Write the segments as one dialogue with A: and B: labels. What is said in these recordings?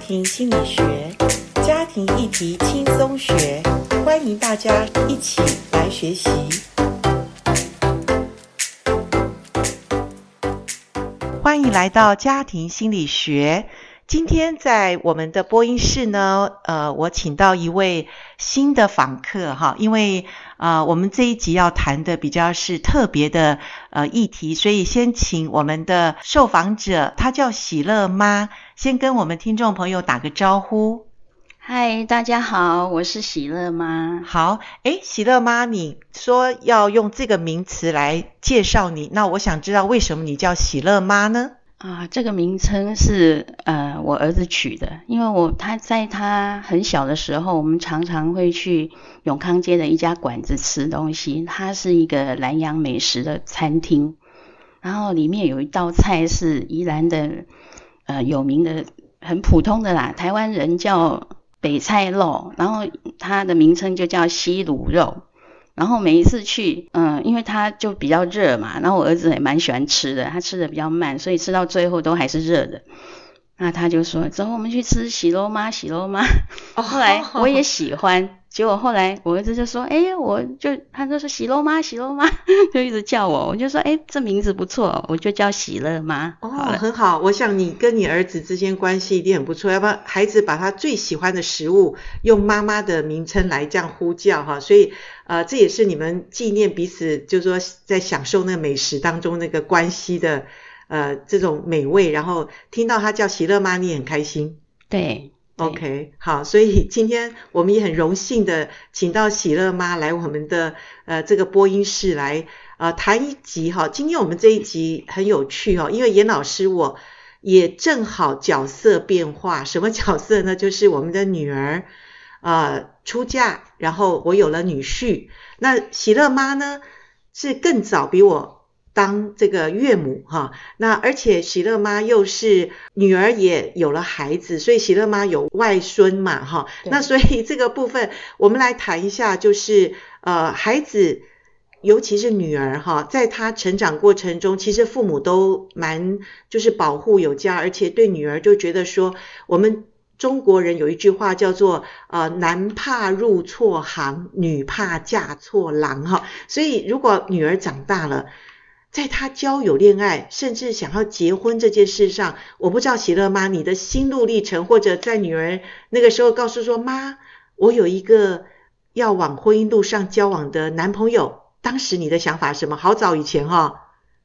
A: 庭心理学，家庭议题轻松学，欢迎大家一起来学习。欢迎来到家庭心理学。今天在我们的播音室呢，呃，我请到一位新的访客哈，因为呃，我们这一集要谈的比较是特别的呃议题，所以先请我们的受访者，她叫喜乐妈，先跟我们听众朋友打个招呼。
B: 嗨，大家好，我是喜乐妈。
A: 好，诶，喜乐妈，你说要用这个名词来介绍你，那我想知道为什么你叫喜乐妈呢？
B: 啊，这个名称是呃我儿子取的，因为我他在他很小的时候，我们常常会去永康街的一家馆子吃东西，它是一个南洋美食的餐厅，然后里面有一道菜是宜兰的呃有名的很普通的啦，台湾人叫北菜肉，然后它的名称就叫西卤肉。然后每一次去，嗯，因为它就比较热嘛，然后我儿子也蛮喜欢吃的，他吃的比较慢，所以吃到最后都还是热的。那他就说：“走，我们去吃喜肉妈，喜肉妈。” 后来我也喜欢，结果后来我儿子就说：“哎，我就他就说喜肉妈，喜肉妈， 就一直叫我。”我就说：“哎，这名字不错，我就叫喜乐妈。”
A: 哦，
B: 好了，
A: 很好。我想你跟你儿子之间关系一定很不错，要不然孩子把他最喜欢的食物用妈妈的名称来这样呼叫哈，所以呃，这也是你们纪念彼此，就是说在享受那个美食当中那个关系的呃这种美味，然后听到他叫喜乐妈，你也很开心。
B: 对。对
A: OK，好，所以 今天我们也很荣幸的请到喜乐妈来我们的呃这个播音室来呃谈一集哈。今天我们这一集很有趣哦，因为严老师我也正好角色变化，什么角色呢？就是我们的女儿呃出嫁，然后我有了女婿。那喜乐妈呢是更早比我当这个岳母哈，那而且喜乐妈又是女儿也有了孩子，所以喜乐妈有外孙嘛哈，
B: 对
A: 那所以这个部分我们来谈一下，就是呃孩子，尤其是女儿哈，在她成长过程中，其实父母都蛮就是保护有加，而且对女儿就觉得说我们。中国人有一句话叫做“呃，男怕入错行，女怕嫁错郎”哈，所以如果女儿长大了，在他交友、恋爱，甚至想要结婚这件事上，我不知道喜乐妈你的心路历程，或者在女儿那个时候告诉说妈，我有一个要往婚姻路上交往的男朋友，当时你的想法是什么？好早以前哈、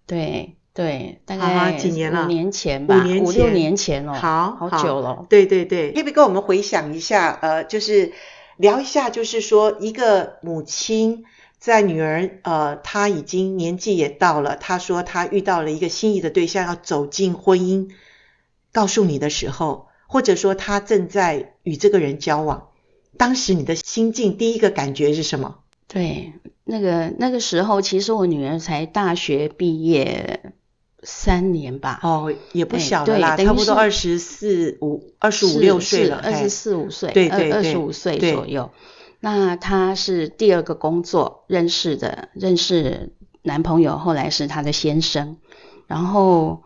B: 对对，大
A: 好啊
B: 概
A: 几年了
B: 五年前
A: 五
B: 吧，
A: 年
B: 五六
A: 前
B: 年前哦，
A: 好
B: 好
A: 好
B: 久了。
A: 对对对，可不可以跟我们回想一下？呃，就是聊一下，就是说一个母亲。在女儿，呃，她已经年纪也到了，她说她遇到了一个心仪的对象，要走进婚姻，告诉你的时候，或者说她正在与这个人交往，当时你的心境第一个感觉是什么？
B: 对，那个那个时候，其实我女儿才大学毕业三年吧，
A: 哦，也不
B: 哎
A: 小了
B: 对
A: 啦，
B: 等于
A: 差不多
B: 是
A: 二十四五、二十五六岁了，
B: 二
A: 哎
B: 十四五岁，
A: 对
B: 二
A: 对
B: 二
A: 对
B: 十五岁
A: 对
B: 左右。那她是第二个工作认识的，认识男朋友，后来是她的先生。然后，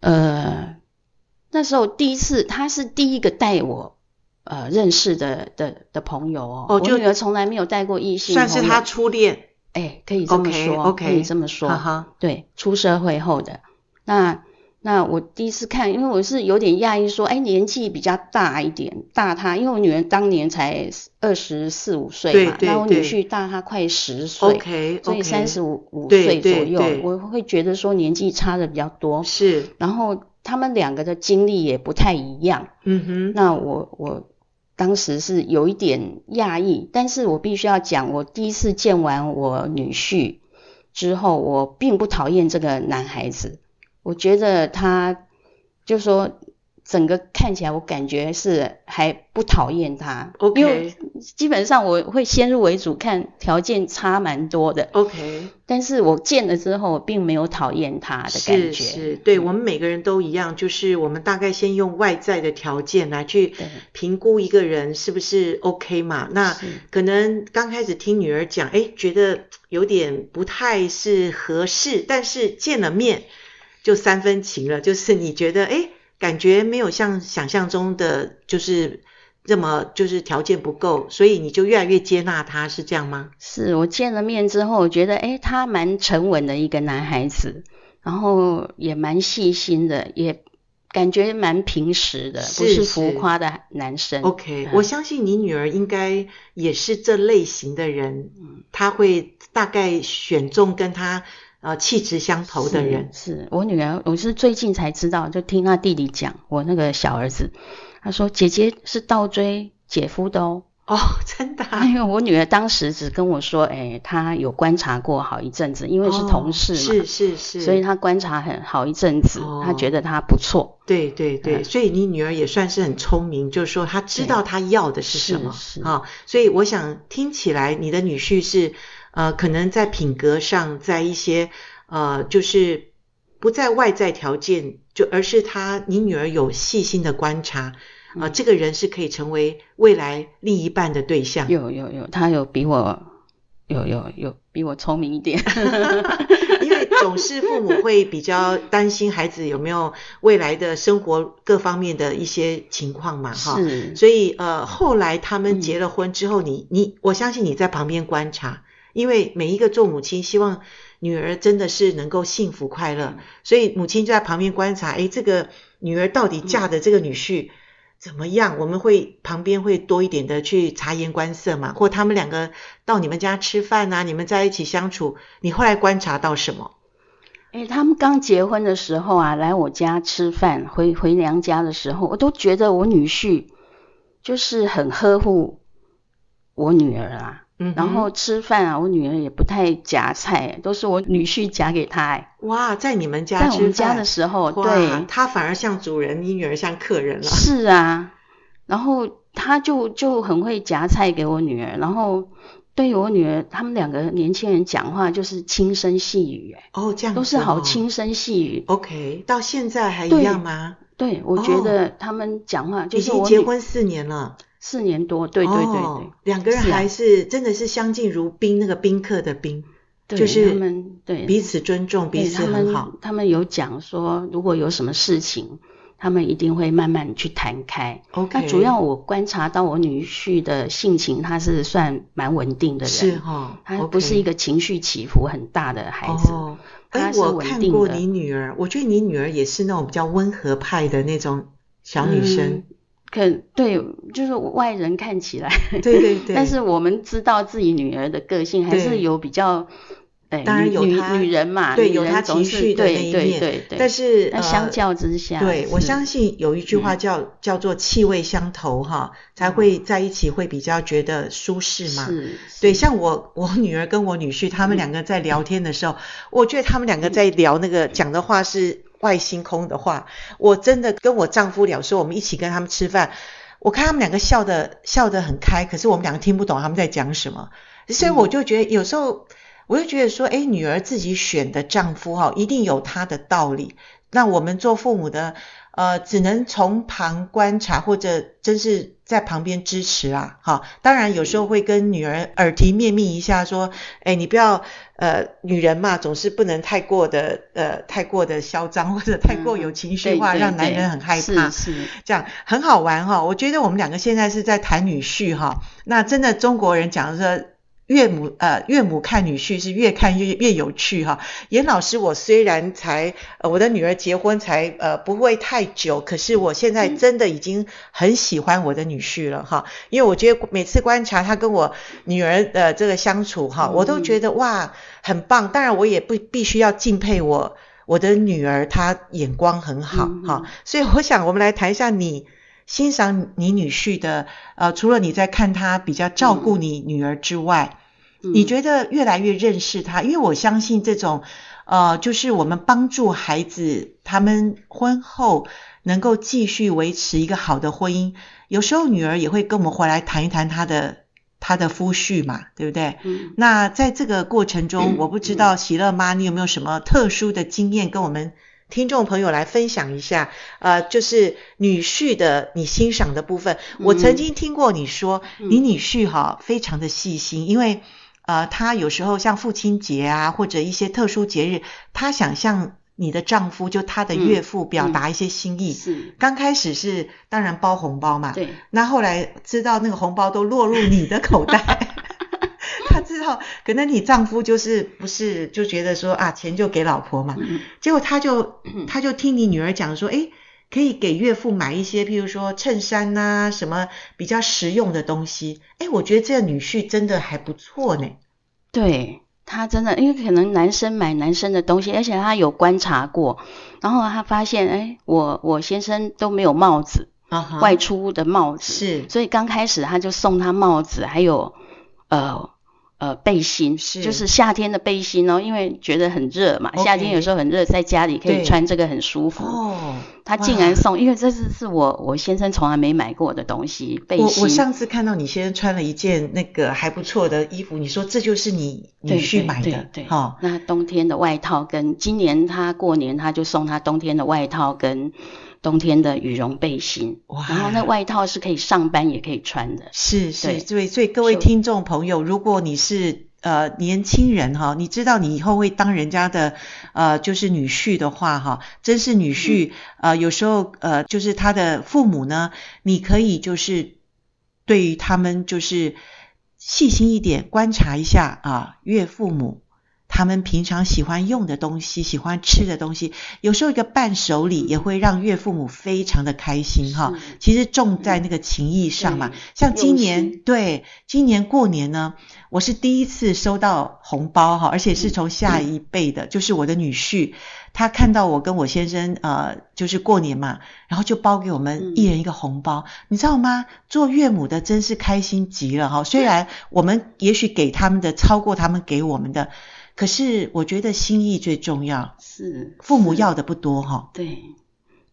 B: 呃，那时候第一次，她是第一个带我呃认识的的的朋友哦。
A: 哦
B: 我
A: 就
B: 女儿从来没有带过异性
A: 哎算是
B: 朋
A: 她
B: 友，
A: 初恋。
B: 哎，可以这么
A: OK，
B: 说
A: OK，
B: 可以这么说。
A: 哈哈，
B: 对，出社会后的那那我第一次看，因为我是有点讶异，说，哎，年纪比较大一点，大他，因为我女儿当年才二十四五岁
A: 对
B: 嘛，
A: 对
B: 那我女
A: 对
B: 婿大她快十岁，
A: OK，
B: 所以三十
A: 五
B: 五五
A: 对
B: 岁左
A: 对
B: 右
A: 对，
B: 我会觉得说年纪差的比较多，
A: 是，
B: 然后他们两个的经历也不太一样，
A: 嗯哼，
B: 那我我当时是有一点讶异，但是我必须要讲，我第一次见完我女婿之后，我并不讨厌这个男孩子，我觉得他就说整个看起来，我感觉是还不讨厌他
A: OK
B: 因为基本上我会先入为主看条件差蛮多的，
A: OK，
B: 但是我见了之后，我并没有讨厌他的感觉，嗯
A: 是是，对我们每个人都一样，就是我们大概先用外在的条件来去
B: 对
A: 评估一个人是不是 OK 嘛。那
B: 是
A: 可能刚开始听女儿讲，哎，觉得有点不太是合适，但是见了面就三分情了，就是你觉得哎。诶感觉没有像想象中的就是这么就是条件不够，所以你就越来越接纳他，是这样吗？
B: 是我见了面之后，我觉得诶，他蛮沉稳的一个男孩子，然后也蛮细心的，也感觉蛮平实的，
A: 是
B: 不是
A: 是哦
B: 浮夸的男生。
A: OK，、我相信你女儿应该也是这类型的人，
B: 嗯
A: 她会大概选中跟她呃气质相投的人。
B: 是是我女儿，我是最近才知道，就听她弟弟讲，我那个小儿子，他说姐姐是倒追姐夫的哦。
A: 哦，真的啊、
B: 因为我女儿当时只跟我说，哎，她有观察过好一阵子，因为是同事
A: 哦
B: 嘛，
A: 是是是，
B: 所以她观察很好一阵子，
A: 哦
B: 她觉得她不错。
A: 对对对，
B: 嗯
A: 所以你女儿也算是很聪明，就是说她知道她要的是什么
B: 是是
A: 啊。所以我想听起来，你的女婿是呃，可能在品格上，在一些呃，就是不在外在条件，就而是他你女儿有细心的观察啊、呃
B: 嗯
A: 这个人是可以成为未来另一半的对象。
B: 有有有，她有比我有有有比我聪明一 点。
A: 因为总是父母会比较担心孩子有没有未来的生活各方面的一些情况嘛，哈。
B: 是
A: 所以呃，后来他们结了婚之后，你你，我相信你在旁边观察，因为每一个做母亲希望女儿真的是能够幸福快
B: 嗯
A: 乐，所以母亲就在旁边观察，哎诶，这个女儿到底嫁
B: 嗯
A: 的这个女婿。怎么样？我们会旁边会多一点的去察言观色嘛，或他们两个到你们家吃饭啊，你们在一起相处，你后来观察到什么？
B: 哎，他们刚结婚的时候啊，来我家吃饭，回回娘家的时候，我都觉得我女婿就是很呵护我女儿啊。
A: 嗯哼，
B: 然后吃饭啊，我女儿也不太夹菜，都是我女婿夹给她、哎
A: 哇，在你们家
B: 在
A: 吃
B: 我们家
A: 饭
B: 的时候，
A: 哇
B: 对，，
A: 他反而像主人，你女儿像客人了。
B: 是啊。然后他就就很会夹菜给我女儿，然后对我女儿，他们两个年轻人讲话就是轻声细语、哎
A: 哦，这样子
B: 都是好
A: 哦
B: 轻声细语。
A: OK，到现在还一
B: 对
A: 样吗？
B: 对，我觉得他们讲话
A: 哦
B: 就
A: 已
B: 是
A: 经
B: 我
A: 结
B: 女
A: 婚四年了，
B: 四年多，对对对对，
A: 哦两个人
B: 是啊
A: 还是真的是相敬如宾，那个宾客的宾，
B: 对
A: 就是
B: 他们对
A: 彼此尊重，彼
B: 嗯对
A: 此
B: 他
A: 很
B: 们
A: 好。
B: 他们有讲说，如果有什么事情，他们一定会慢慢去谈开。
A: OK，
B: 那主要我观察到我女婿的性情，他是算蛮稳定的人，
A: 是哈，
B: 他
A: OK
B: 啊不是一个情绪起伏很大的孩子。
A: 哦，
B: 他
A: 哎，
B: 是
A: 我
B: 稳
A: 看
B: 定
A: 过
B: 的
A: 你女儿，我觉得你女儿也是那种比较温和派的那种小女生。
B: 嗯可对，就是外人看起来，
A: 对对对，
B: 嗯但是我们知道自己女儿的个性还是
A: 对
B: 有比较，哎，
A: 当然
B: 女
A: 有
B: 女
A: 她
B: 女人嘛，
A: 对
B: 女
A: 有
B: 人
A: 她
B: 总
A: 情
B: 是
A: 绪的
B: 对
A: 那一
B: 对
A: 面
B: 对对
A: 但是
B: 那
A: 呃
B: 相较之下，
A: 对，我
B: 是
A: 相信有一句
B: 嗯
A: 话叫、叫做“气味相投”哈，才会在一起会比较觉得舒适嘛。
B: 是，
A: 对，
B: 是
A: 像我我女儿跟我女婿他们两个在聊天的时候，我觉得他们两个在聊那个讲的话是外星空的话。我真的跟我丈夫聊说，我们一起跟他们吃饭，我看他们两个笑的笑得很开，可是我们两个听不懂他们在讲什么，所以我就觉得有时候。我就觉得说，哎，女儿自己选的丈夫哈、一定有她的道理。那我们做父母的，呃，只能从旁观察，或者真是在旁边支持啊，哈。当然有时候会跟女儿耳提面命一下，说，哎，你不要，呃，女人嘛，总是不能太过的，呃，太过的嚣张或者太过有情绪
B: 嗯对
A: 化，
B: 对
A: 让男
B: 对
A: 人很害怕。
B: 是是，
A: 这样很好玩哈、我觉得我们两个现在是在谈女婿哈、那真的中国人讲说。岳母呃，岳母看女婿是越看越越有趣哈。严老师，我虽然才、呃、我的女儿结婚才呃不会太久，可是我现在真的已经很喜欢我的女婿了哈，因为我觉得每次观察他跟我女儿的这个相处哈，我都觉得哇很棒。当然我也不必须要敬佩我我的女儿，她眼光很好
B: 嗯
A: 哈。所以我想，我们来谈一下你欣赏你女婿的，呃，除了你在看他比较照顾你女儿之外，
B: 嗯
A: 你觉得越来越认识他，因为我相信这种，呃，就是我们帮助孩子他们婚后能够继续维持一个好的婚姻，有时候女儿也会跟我们回来谈一谈她的她的夫婿嘛，对不对？
B: 嗯，
A: 那在这个过程中，
B: 嗯
A: 我不知道喜乐妈，你有没有什么特殊的经验跟我们听众朋友来分享一下？呃，就是女婿的你欣赏的部分，我曾经听过你说，你女婿哈、非常的细心，因为呃，他有时候像父亲节啊，或者一些特殊节日，他想向你的丈夫就他的岳父表达一些心意。
B: 嗯是，
A: 刚开始是当然包红包嘛，
B: 对，
A: 那后来知道那个红包都落入你的口 袋，他知道可能你丈夫就是不是就觉得说啊钱就给老婆嘛，
B: 嗯
A: 结果他就他就听你女儿讲说，诶，可以给岳父买一些，譬如说衬衫呐、什么比较实用的东西。诶，我觉得这个女婿真的还不错呢。
B: 对他真的，因为可能男生买男生的东西，而且他有观察过，然后他发现，哎，我我先生都没有帽子，
A: 啊哈
B: 外出的帽子，
A: 是
B: 所以刚开始他就送他帽子，还有呃呃背心，
A: 是
B: 就是夏天的背心哦，因为觉得很热嘛
A: OK
B: 夏天有时候很热，在家里可
A: 对
B: 以穿这个很舒服。
A: 哦，
B: 他竟然送，因为这是是我我先生从来没买过的东西，背
A: 我
B: 心。
A: 我上次看到你先生穿了一件那个还不错的衣服，你说这就是你女
B: 对
A: 婿
B: 对
A: 买
B: 对
A: 的，
B: 对
A: 哈、
B: 那冬天的外套跟今年他过年他就送他冬天的外套跟冬天的羽绒背心，
A: 哇
B: 然后那外套是可以上班也可以穿的，
A: 是是，
B: 对
A: 所以所以各位
B: 是
A: 听众朋友，如果你是呃年轻人哈，你知道你以后会当人家的呃就是女婿的话哈，真是女婿、
B: 嗯
A: 呃有时候呃就是他的父母呢，你可以就是对于他们就是细心一点观察一下啊，岳父母。他们平常喜欢用的东西，喜欢吃的东西，有时候一个伴手礼也会让岳父母非常的开心哈。
B: 是
A: 其实重在那个情谊上嘛
B: 对，
A: 像今
B: 嗯用
A: 年
B: 心
A: 对今年过年呢，我是第一次收到红包哈，而且
B: 嗯
A: 是从下一辈的，就是我的女婿，他看到我跟我先生呃，就是过年嘛，然后就包给我们
B: 嗯
A: 一人一个红包，你知道吗？做岳母的真是开心极了哈，虽然我们也许给他们的超过他们给我们的，可是我觉得心意最重要，
B: 是
A: 父母
B: 是
A: 要的不多哈。
B: 对。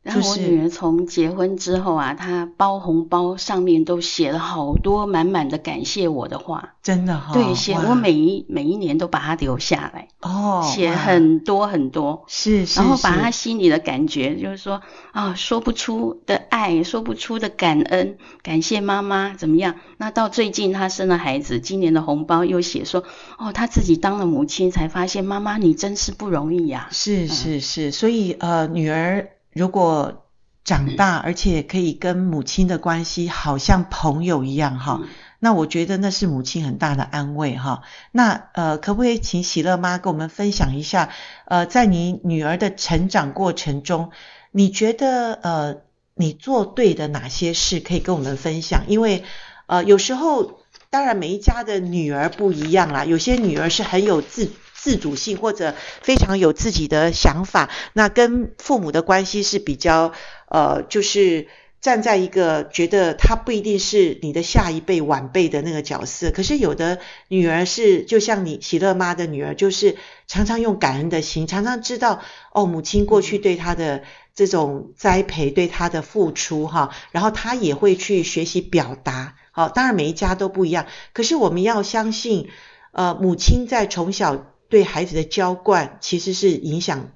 B: 然后我
A: 就是
B: 女儿从结婚之后啊，她包红包上面都写了好多满满的感谢我的话，
A: 真的哈、
B: 对，写
A: 哦哇
B: 我每一每一年都把它留下来，
A: 哦
B: 写
A: 哇
B: 很多很多，
A: 是是，
B: 然后把
A: 是
B: 他心里的感觉，就是说啊、说不出的爱，说不出的感恩，感谢妈妈怎么样？那到最近他生了孩子，今年的红包又写说，哦，他自己当了母亲才发现，妈妈你真是不容易呀、
A: 是
B: 嗯
A: 是是，所以呃，女儿如果长大，而且可以跟母亲的关系好像朋友一样哈，
B: 嗯
A: 那我觉得那是母亲很大的安慰哈。那呃，可不可以请喜乐妈跟我们分享一下？呃，在你女儿的成长过程中，你觉得呃，你做对的哪些事可以跟我们分享？因为呃，有时候当然每一家的女儿不一样啦，有些女儿是很有自自主性或者非常有自己的想法，那跟父母的关系是比较呃，就是站在一个觉得她不一定是你的下一辈晚辈的那个角色。可是有的女儿是就像你喜乐妈的女儿，就是常常用感恩的心，常常知道哦，母亲过去对她的。这种栽培对她的付出，哈，然后她也会去学习表达，好、当然每一家都不一样，可是我们要相信，呃，母亲在从小对孩子的浇灌，其实是影响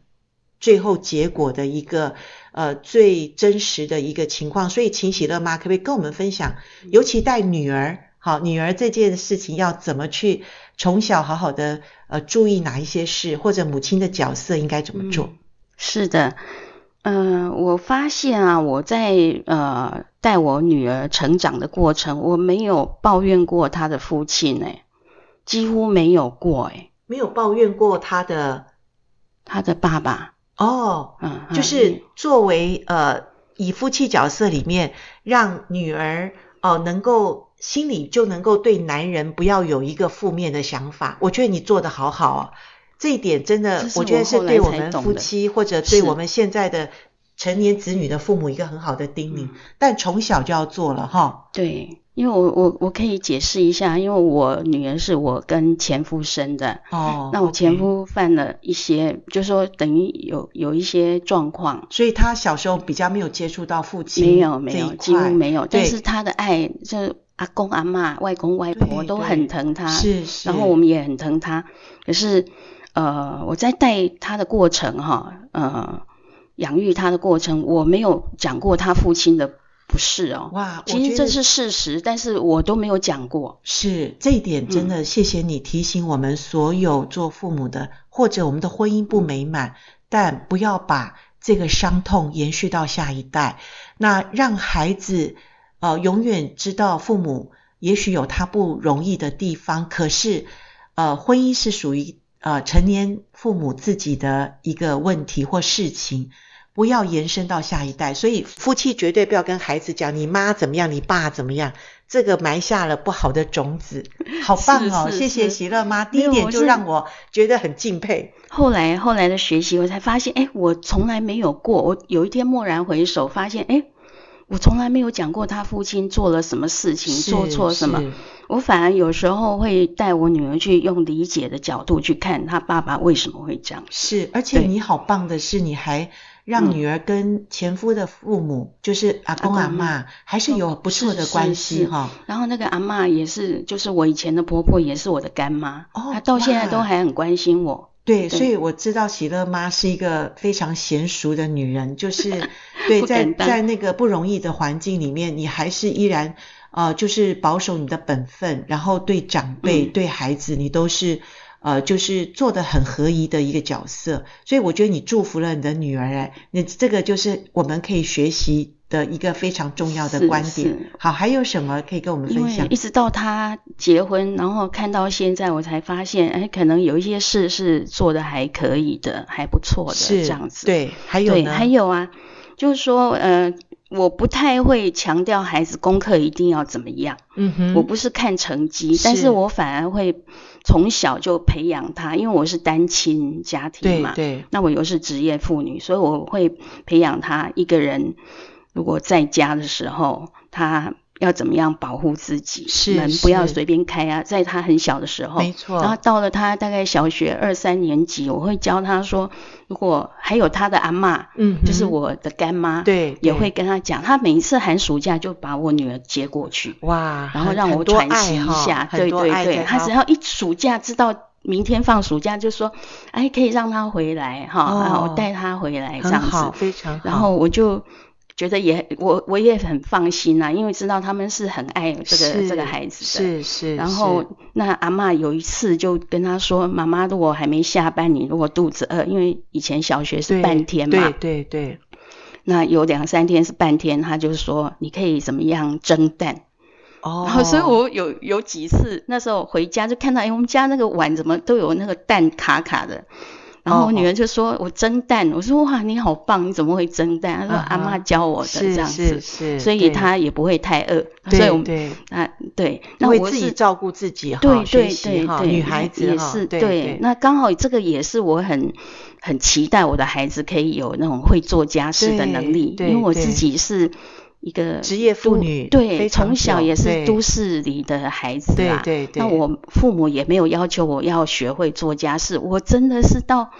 A: 最后结果的一个呃最真实的一个情况。所以，请喜乐妈可不可以跟我们分享，尤其带女儿，好女儿这件事情要怎么去从小好好的呃注意哪一些事，或者母亲的角色应该怎么做？
B: 是的，嗯、我发现啊，我在呃带我女儿成长的过程，我没有抱怨过她的父亲、欸，几乎没有过、欸，
A: 没有抱怨过她的
B: 她的爸爸，
A: 哦，
B: 嗯，嗯
A: 就是作为呃以夫妻角色里面，让女儿哦、能够心里就能够对男人不要有一个负面的想法，我觉得你做的好好哦，这一点真的
B: 这是
A: 我觉得
B: 我
A: 是
B: 后来
A: 对我
B: 才
A: 们
B: 懂
A: 夫
B: 的
A: 妻或者对
B: 是
A: 我们现在的成年子女的父母一个很好的叮咛
B: 嗯，
A: 但从小就要做了哈，
B: 对，因为我我我可以解释一下，因为我女儿是我跟前夫生的，
A: 哦，
B: 那我
A: OK
B: 前，夫犯了一些，就说等于有有一些状况，
A: 所以他小时候比较没有接触到父亲
B: 没有没
A: 这一
B: 有，几乎
A: 块
B: 没有，
A: 对
B: 但是他的爱，就是阿公阿嬷、外公外婆
A: 对
B: 都
A: 对
B: 很疼他，
A: 是是，
B: 然后我们也很疼他，可是呃，我在带他的过程哈，呃，养育他的过程，我没有讲过他父亲的不是哦。
A: 哇，我
B: 其
A: 觉
B: 实这
A: 得
B: 是事实，但是我都没有讲过。
A: 是这一点真的，谢谢你提醒我们所有做父母的，或者我们的婚姻不美满，但不要把这个伤痛延续到下一代。那让孩子呃永远知道父母也许有他不容易的地方，可是呃婚姻是属于呃成年父母自己的一个问题或事情。不要延伸到下一代，所以夫妻绝对不要跟孩子讲你妈怎么样，你爸怎么样，这个埋下了不好的种 子。好棒哦，
B: 是是
A: 谢谢
B: 是
A: 喜乐妈，第
B: 没
A: 一
B: 有
A: 点
B: 我
A: 就是让我觉得很敬佩。
B: 后来后来的学习，我才发现，哎，我从来没有过。我有一天蓦然回首，发现，哎，我从来没有讲过他父亲做了什么事情，做错什么。
A: 是？
B: 我反而有时候会带我女儿去用理解的角度去看她爸爸为什么会这样。
A: 是，而且
B: 对
A: 你好棒的是，你还让
B: 嗯
A: 女儿跟前夫的父母，就是阿公
B: 公
A: 阿
B: 阿
A: 嬷，还是有不错的
B: 是是
A: 关系
B: 是
A: 哈。
B: 然后那个阿嬷也是，就是我以前的婆婆，也是我的干妈，
A: 哦
B: 她到现在都
A: 哇
B: 还很关心我。
A: 对，
B: 对
A: 所以我知道喜乐妈是一个非常娴熟的女人，就是 对，
B: 不
A: 在
B: 敢当
A: 在那个不容易的环境里面，你还是依然呃，就是保守你的本分，然后对长辈、
B: 嗯
A: 对孩子，你都是呃，就是做的很合宜的一个角色。所以我觉得你祝福了你的女儿，哎，那这个就是我们可以学习的一个非常重要的
B: 是
A: 观点
B: 是。
A: 好，还有什么可以跟我们
B: 因
A: 分
B: 为
A: 享
B: 一？直到她结婚，然后看到现在，我才发现，哎，可能有一些事是做的还可以的，还不错的
A: 是
B: 这样子。
A: 对，还有
B: 对，
A: 呢？
B: 还有啊，就是说，呃，我不太会强调孩子功课一定要怎么样，
A: 嗯哼，
B: 我不是看成绩，但
A: 是
B: 是我反而会从小就培养他，因为我是单亲家庭
A: 对
B: 嘛，
A: 对，
B: 那我又是职业妇女，所以我会培养他一个人如果在家的时候，他要怎么样保护自己，
A: 是
B: 门不要
A: 是
B: 随便开啊，在他很小的时候，
A: 没错。
B: 然后到了他大概小学二三年级，我会教他说，如果还有他的阿嬷，
A: 嗯哼，
B: 就是我的干妈，，
A: 对，
B: 也
A: 对
B: 会跟他讲，他每一次寒暑假就把我女儿接过去，
A: 哇，
B: 然后
A: 很
B: 让
A: 很
B: 我
A: 多
B: 喘
A: 爱
B: 息一
A: 哈
B: 下，
A: 很
B: 对
A: 多
B: 对
A: 爱
B: 对
A: 在，
B: 他
A: 她
B: 只要一暑假知道。明天放暑假就说，哎，可以让他回来哈，
A: 哦
B: 啊，我带他回来这
A: 很
B: 样
A: 好，
B: 子，
A: 非常好。
B: 然后我就觉得也我我也很放心啦、因为知道他们是很爱这个
A: 是
B: 这个孩子
A: 是
B: 的，
A: 是，
B: 然
A: 是
B: 后那阿嬷有一次就跟他说：“妈妈，如果还没下班，你如果肚子饿，因为以前小学是
A: 对
B: 半天
A: 对
B: 嘛，
A: 对对，
B: 那有两三天是半天，他就说你可以怎么样蒸蛋。
A: 哦，
B: 然后所以我有有几次那时候回家就看到，哎，我们家那个碗怎么都有那个蛋卡卡的。然后
A: 哦
B: 我女儿就说：“我蒸蛋。”我说：“哇，你好棒，你怎么会蒸蛋？”她说：“
A: 啊哈
B: 阿嬷教我的
A: 是
B: 这样
A: 是
B: 子，
A: 是，
B: 所以
A: 对
B: 她也不会太饿。”
A: 对
B: 所以我们
A: 对，
B: 啊对，
A: 因
B: 那
A: 为
B: 我
A: 自
B: 是
A: 己照顾自己哈，
B: 对
A: 学
B: 对
A: 习
B: 对
A: 哈，
B: 对，
A: 女孩子
B: 也
A: 哈
B: 是
A: 对
B: 那刚好这个也是我很很期待我的孩子可以有那种会做家事的能力，
A: 对
B: 因为我
A: 对
B: 自己是一个
A: 职业妇
B: 都
A: 女非
B: 对，
A: 常
B: 从小
A: 久
B: 也
A: 对
B: 是都市里的孩子
A: 对
B: 啊。
A: 对对，
B: 那我父母也没有要求我要学会做家事，我真的是到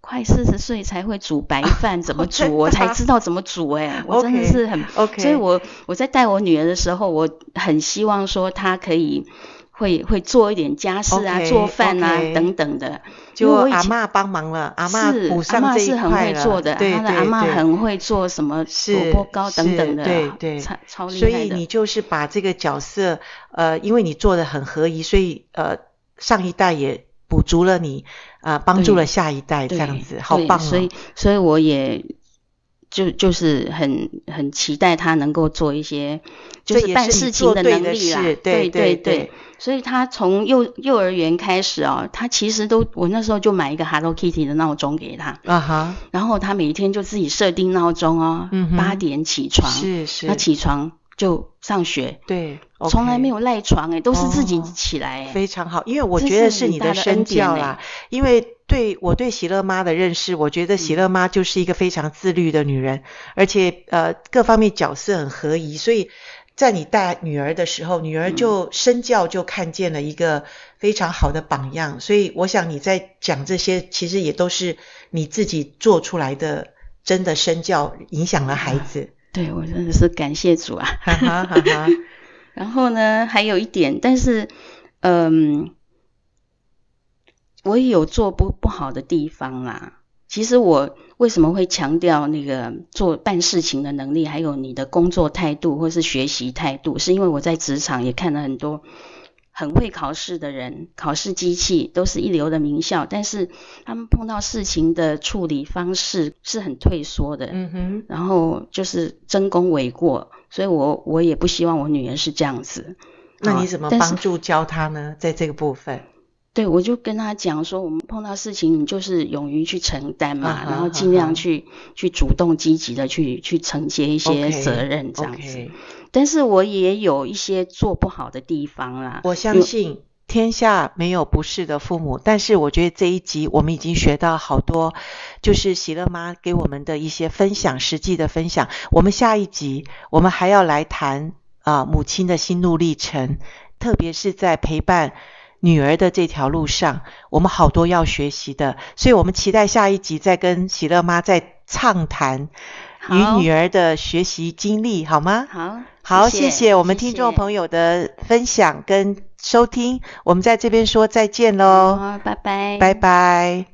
B: 快四十岁才会煮白 饭，怎么
A: 啊真
B: 煮我
A: 的
B: 才
A: 啊
B: 知道怎么煮、欸，我真的
A: OK，
B: 是很
A: OK，
B: 所以我我在带我女儿的时候，我很希望说她可以会会做一点家事啊
A: OK，
B: 做饭啊
A: OK
B: 等等的。
A: 就
B: 因为我以
A: 阿
B: 前
A: 嬷帮忙了，阿嬷
B: 是
A: 补
B: 阿
A: 上
B: 嬷
A: 这一
B: 是很
A: 块
B: 会
A: 了，
B: 做的，
A: 对
B: 她的
A: 对
B: 阿嬷
A: 对
B: 很会做什么
A: 是
B: 萝卜糕等等的，啊
A: 是对对
B: 超超厉
A: 所
B: 害的。
A: 以你就是把这个角色，呃，因为你做的很合宜，所以呃，上一代也补足了你，啊、帮助了下一代，这
B: 对
A: 样子，好
B: 对
A: 棒、哦！
B: 所以，所以我也就就是很很期待他能够做一些，就
A: 这也是
B: 办
A: 你
B: 事
A: 做
B: 情
A: 对
B: 能
A: 的
B: 力啦。
A: 事对对
B: 对
A: 对
B: 所以他从幼幼儿园开始哦，他其实都我那时候就买一个 Hello Kitty 的闹钟给他，
A: 啊哈，
B: 然后他每天就自己设定闹钟哦
A: 嗯哼，
B: 八、点起床，
A: 是是
B: 那，起床就上学，
A: 对，
B: 从来没
A: 有。
B: 有赖床哎、都是自己
A: 哦
B: 起来哎、
A: 非常好，因为我
B: 这
A: 觉得
B: 是
A: 是
B: 很
A: 你
B: 大
A: 的
B: 的
A: 身
B: 恩典
A: 教
B: 欸嗯
A: 啦，因为对我对喜乐妈的认识，我觉得喜乐妈就是一个非常自律的女人，而且呃各方面角色很合宜，所以在你带女儿的时候，女
B: 嗯
A: 儿就身教就看见了一个非常好的榜样，所以我想你在讲这些，其实也都是你自己做出来的，真的身教影响了孩子，
B: 对我真的是感谢主啊。
A: 哈哈哈哈，
B: 然后呢，还有一点，但是，嗯，我也有做不不好的地方啦。其实我为什么会强调那个做办事情的能力，还有你的工作态度或是学习态度，是因为我在职场也看了很多很会考试的人，考试机器都是一流的名校，但是他们碰到事情的处理方式是很退缩的，
A: 嗯哼，
B: 然后就是争功诿过，所以我我也不希望我女儿是这样子。
A: 那
B: 啊
A: 你怎么
B: 但是
A: 帮助教他呢？在这个部分，
B: 对，我就跟他讲说，我们碰到事情，你就是勇于去承担嘛，
A: 啊哈
B: 然后
A: 啊
B: 尽
A: 哈
B: 量去、去主动积极的去去承接一些
A: OK，
B: 责任这样子。
A: OK，
B: 但是我也有一些做不好的地方啦。
A: 我相信天下没有不是的父母，但是我觉得这一集我们已经学到好多，就是喜乐妈给我们的一些分享，实际的分享。我们下一集我们还要来谈啊、母亲的心路历程，特别是在陪伴。女儿的这条路上，我们好多要学习的，所以我们期待下一集再跟喜乐妈再畅谈与
B: 好
A: 女儿的学习经历，好吗？
B: 好，
A: 好，
B: 谢
A: 谢谢我们听众
B: 友
A: 朋友的分享跟收听，我们在这边说再见喽，
B: 嗯好，拜拜，
A: 拜。拜。